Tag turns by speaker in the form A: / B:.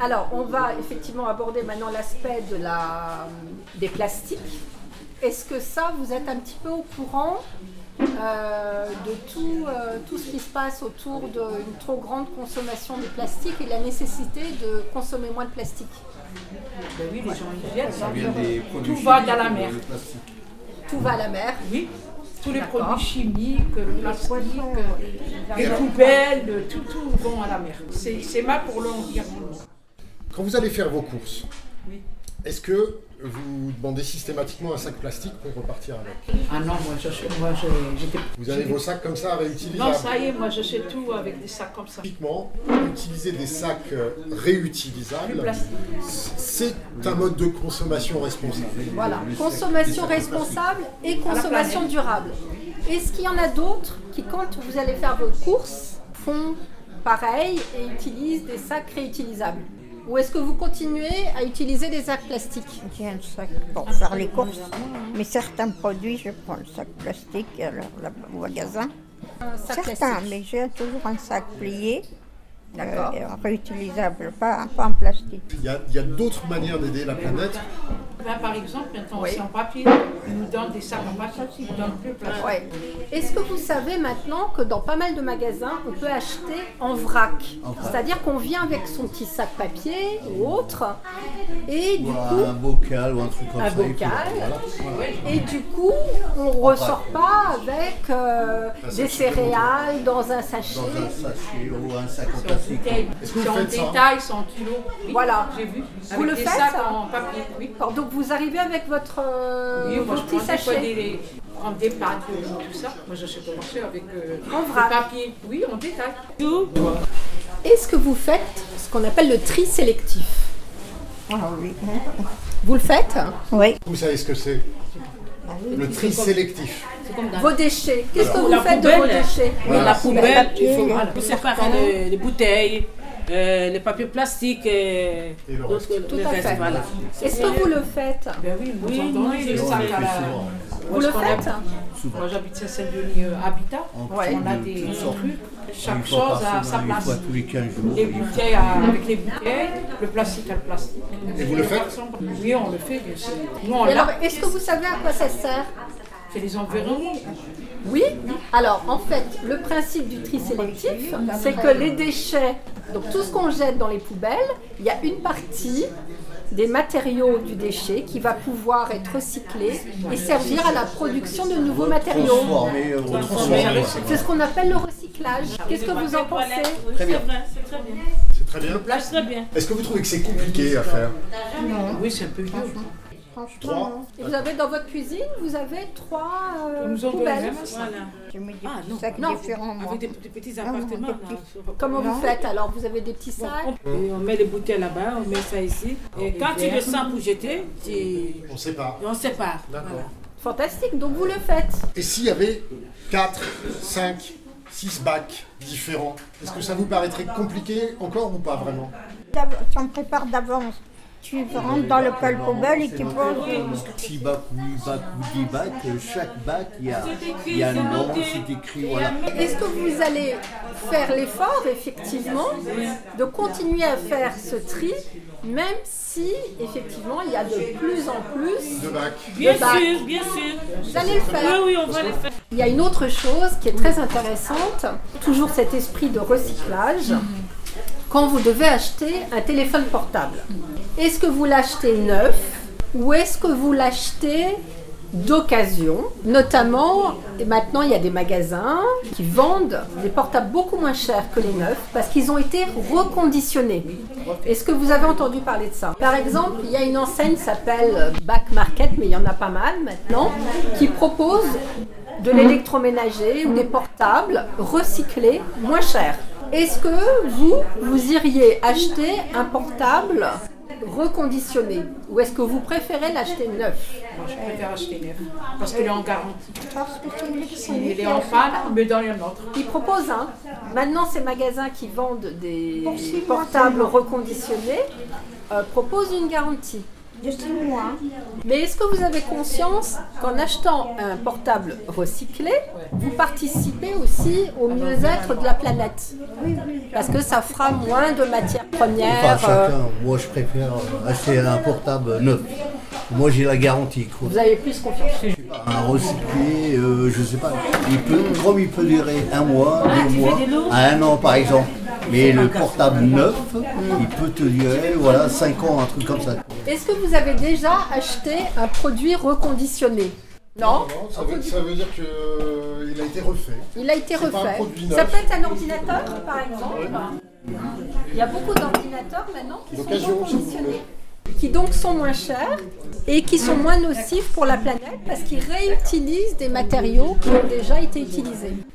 A: Alors, on va effectivement aborder maintenant l'aspect de la, des plastiques. Est-ce que ça, vous êtes un petit peu au courant euh, de tout, euh, tout ce qui se passe autour d'une trop grande consommation de plastique et la nécessité de consommer moins de plastique
B: Ben oui, les gens ils viennent.
A: Ça
B: hein.
A: vient
C: des produits
B: Tout va
C: chimiques
B: dans la
C: ou
B: mer.
C: le plastique
A: Tout va à la mer.
B: Oui, tous les
A: D'accord.
B: produits chimiques, euh, plastiques, les poubelles, euh, tout, tout vont à la mer. C'est c'est mal pour l'environnement.
D: Quand vous allez faire vos courses,
B: Oui.
D: est-ce que vous demandez systématiquement un sac plastique pour repartir avec
B: Ah non, moi je- moi, je- j'étais.
D: Vous avez vos sacs comme ça réutilisables
B: Non, ça y est, moi je sais tout avec des sacs comme ça.
D: Typiquement, utiliser des sacs euh, réutilisables,
B: Plus plastique.
D: c'est un mode de consommation responsable.
A: Voilà, consommation responsable et consommation
B: planète.
A: durable. Est-ce qu'il y en a d'autres qui, quand vous allez faire vos courses, font pareil et utilisent des sacs réutilisables Ou est-ce que vous continuez à utiliser des sacs plastiques
E: J'ai un sac pour faire les courses, mais certains produits, je prends le sac plastique alors, là, au magasin.
A: Un sac
E: Certains,
A: plastique.
E: mais j'ai toujours un sac plié, euh,
A: D'accord.
E: et réutilisable, pas, pas en plastique.
D: Il y a, il y a d'autres manières d'aider la planète.
B: Là, Ben, par exemple, maintenant
A: Oui.
B: c'est en papier, ils nous donnent des sacs en papier, ils nous donnent plus de plastique.
A: Ouais. Est-ce que vous savez maintenant que dans pas mal de magasins, on peut acheter en vrac C'est-à-dire qu'on vient avec son petit sac papier ou autre, et du
C: Ou
A: coup,
C: un bocal ou un truc comme
A: un
C: ça. et puis,
A: bocal.
C: voilà. Voilà.
A: Et du coup, on ressort pas avec euh, des céréales dans un sachet.
C: Dans un sachet ou un sac en
B: C'est en
C: plastique.
B: bouteille,
D: Est-ce que vous
B: c'est en
D: faites ça
B: détail, c'est en kilos. Oui,
A: Voilà.
B: J'ai vu.
A: Vous
B: Avec
A: le
B: des
A: faites,
B: sacs
A: ça
B: en papier, oui.
A: D'accord, donc vous arrivez avec votre euh,
B: Oui,
A: vos
B: moi je
A: petits
B: prends des fois
A: sachets.
B: des, prendre des pâtes, euh, tout ça. Moi je sais comment c'est avec euh,
A: En
B: le
A: vrac.
B: papier. Oui, en détail. Tout.
A: Est-ce que vous faites ce qu'on appelle le tri sélectif
E: Ah oui.
A: Vous le faites
E: Oui.
D: Vous savez ce que c'est
B: Ah
D: Le tri sélectif.
A: Vos déchets. Qu'est-ce que vous
F: La
A: faites de vos
F: poubelle.
A: déchets
F: Oui, la poubelle,
E: papier,
F: il faut
E: le
F: voilà, faut séparer les, les bouteilles, euh, les papiers plastiques et,
D: Et le
F: d'autres-
B: euh,
D: reste.
A: Tout
F: le
A: à
F: reste,
A: fait.
F: voilà.
A: Est-ce que vous le faites
B: Ben oui, moi
F: Oui,
B: j'entends
F: moi, je-
B: les sacs à la-
C: souvent.
D: euh,
A: Vous le
B: Parce qu'on a-
A: faites
B: Moi j'habite Saint-Denis euh, Habitat.
A: Ouais.
B: On a
C: de
B: des
C: toutes sortes.
B: trucs.
C: Une
B: Chaque
C: fois
B: chose
C: par
B: a
D: hein,
B: sa
C: semaine, une
B: place.
C: fois tous les 15 jours.
B: Les bouteilles à- avec les bouteilles, le plastique à le plastique.
D: Et vous le faites
B: Oui, on le fait, bien sûr. Nous on
A: Et alors,
B: l'a,
A: est-ce que vous savez à quoi ça sert
B: c'est les environs.
A: Oui, alors en fait, le principe du tri sélectif, c'est que les déchets, donc tout ce qu'on jette dans les poubelles, il y a une partie des matériaux du déchet qui va pouvoir être recyclé et servir à la production de nouveaux matériaux.
C: Transformer, euh, transformer.
A: C'est ce qu'on appelle le recyclage. Qu'est-ce que vous en pensez
F: Très bien. C'est très bien.
D: C'est très bien.
F: Là, c'est très bien.
D: Est-ce que vous trouvez que c'est compliqué à faire
B: Oui, c'est un peu vieux.
D: Trois
E: Franchement,
A: Et Vous avez dans votre cuisine, vous avez trois euh,
B: Ils nous ont donné
A: poubelles.
B: même ça.
F: Voilà.
E: je mets des
F: Ah,
E: petits
F: non.
E: sacs
A: Non.
E: différents, moi.
F: Avec des, des petits
B: Ah,
E: non,
F: appartements.
E: des
F: là.
A: Comment vous
E: Non.
A: faites alors Vous avez des petits sacs
F: On- et on met les bouteilles là-bas, on met ça ici. Et quand tu le sens pour jeter, tu-
D: On sait pas.
F: on sépare.
D: D'accord.
F: Voilà.
A: Fantastique, donc vous le faites.
D: Et s'il y avait 4, 5, 6 bacs différents, est-ce que ça vous paraîtrait compliqué encore ou pas vraiment
E: D'av- Tu en prépares d'avance. Tu rentres dans le col poubelle et tu poses.
C: 6 bacs ou 8 bacs ou 10 bacs, euh, chaque bac, il y a, il y a un nom, c'est écrit, voilà.
A: Est-ce que vous allez faire l'effort, effectivement, de continuer à faire ce tri, même si, effectivement, il y a de plus en plus
D: Deux bacs
F: Bien
A: bac.
F: sûr, bien sûr.
A: Vous allez le
F: Oui,
A: faire.
F: oui, on va les faire.
A: Il y a une autre chose qui est très intéressante, toujours cet esprit de recyclage. Quand vous devez acheter un téléphone portable, est-ce que vous l'achetez neuf ou est-ce que vous l'achetez d'occasion Notamment, et maintenant il y a des magasins qui vendent des portables beaucoup moins chers que les neufs parce qu'ils ont été reconditionnés. Est-ce que vous avez entendu parler de ça Par exemple, il y a une enseigne qui s'appelle Back Market, mais il y en a pas mal maintenant, qui propose de l'électroménager ou des portables recyclés moins chers. Est-ce que vous, vous iriez acheter un portable reconditionné ou est-ce que vous préférez l'acheter neuf
B: Moi, je préfère acheter neuf parce qu'il est en garantie.
E: Parce que c'est
B: Il,
E: l'électronique,
B: est en panne, mais dans un autre.
A: Ils proposent un. Maintenant, ces magasins qui vendent des
E: Pour six mois
A: portables
E: seulement.
A: reconditionnés euh, proposent une garantie.
E: de six mois.
A: Mais est-ce que vous avez conscience qu'en achetant un portable recyclé, vous participez aussi au mieux-être de la planète Parce que ça fera moins de matières
C: Enfin,
A: premières. euh,
C: chacun. Moi, je préfère acheter un portable neuf. Moi, j'ai la garantie. quoi.
A: Vous avez plus confiance.
C: Un recyclé, euh, je sais pas, il peut, comme il peut durer un mois, deux mois, à un an par exemple. Mais le portable neuf, il peut te durer, voilà, cinq ans, un truc comme ça.
A: Est-ce que vous avez déjà acheté un produit reconditionné Non
D: Non, ça, veut, ça veut dire euh, qu'il a été refait.
A: Il a été
D: C'est pas un
A: refait.
D: produit
A: Ça
D: neuf.
A: peut être un ordinateur, par exemple. Il y a beaucoup d'ordinateurs maintenant qui sont
D: D'occasion, si vous
A: reconditionnés, qui donc sont moins chers et qui sont moins nocifs pour la planète parce qu'ils réutilisent des matériaux qui ont déjà été utilisés.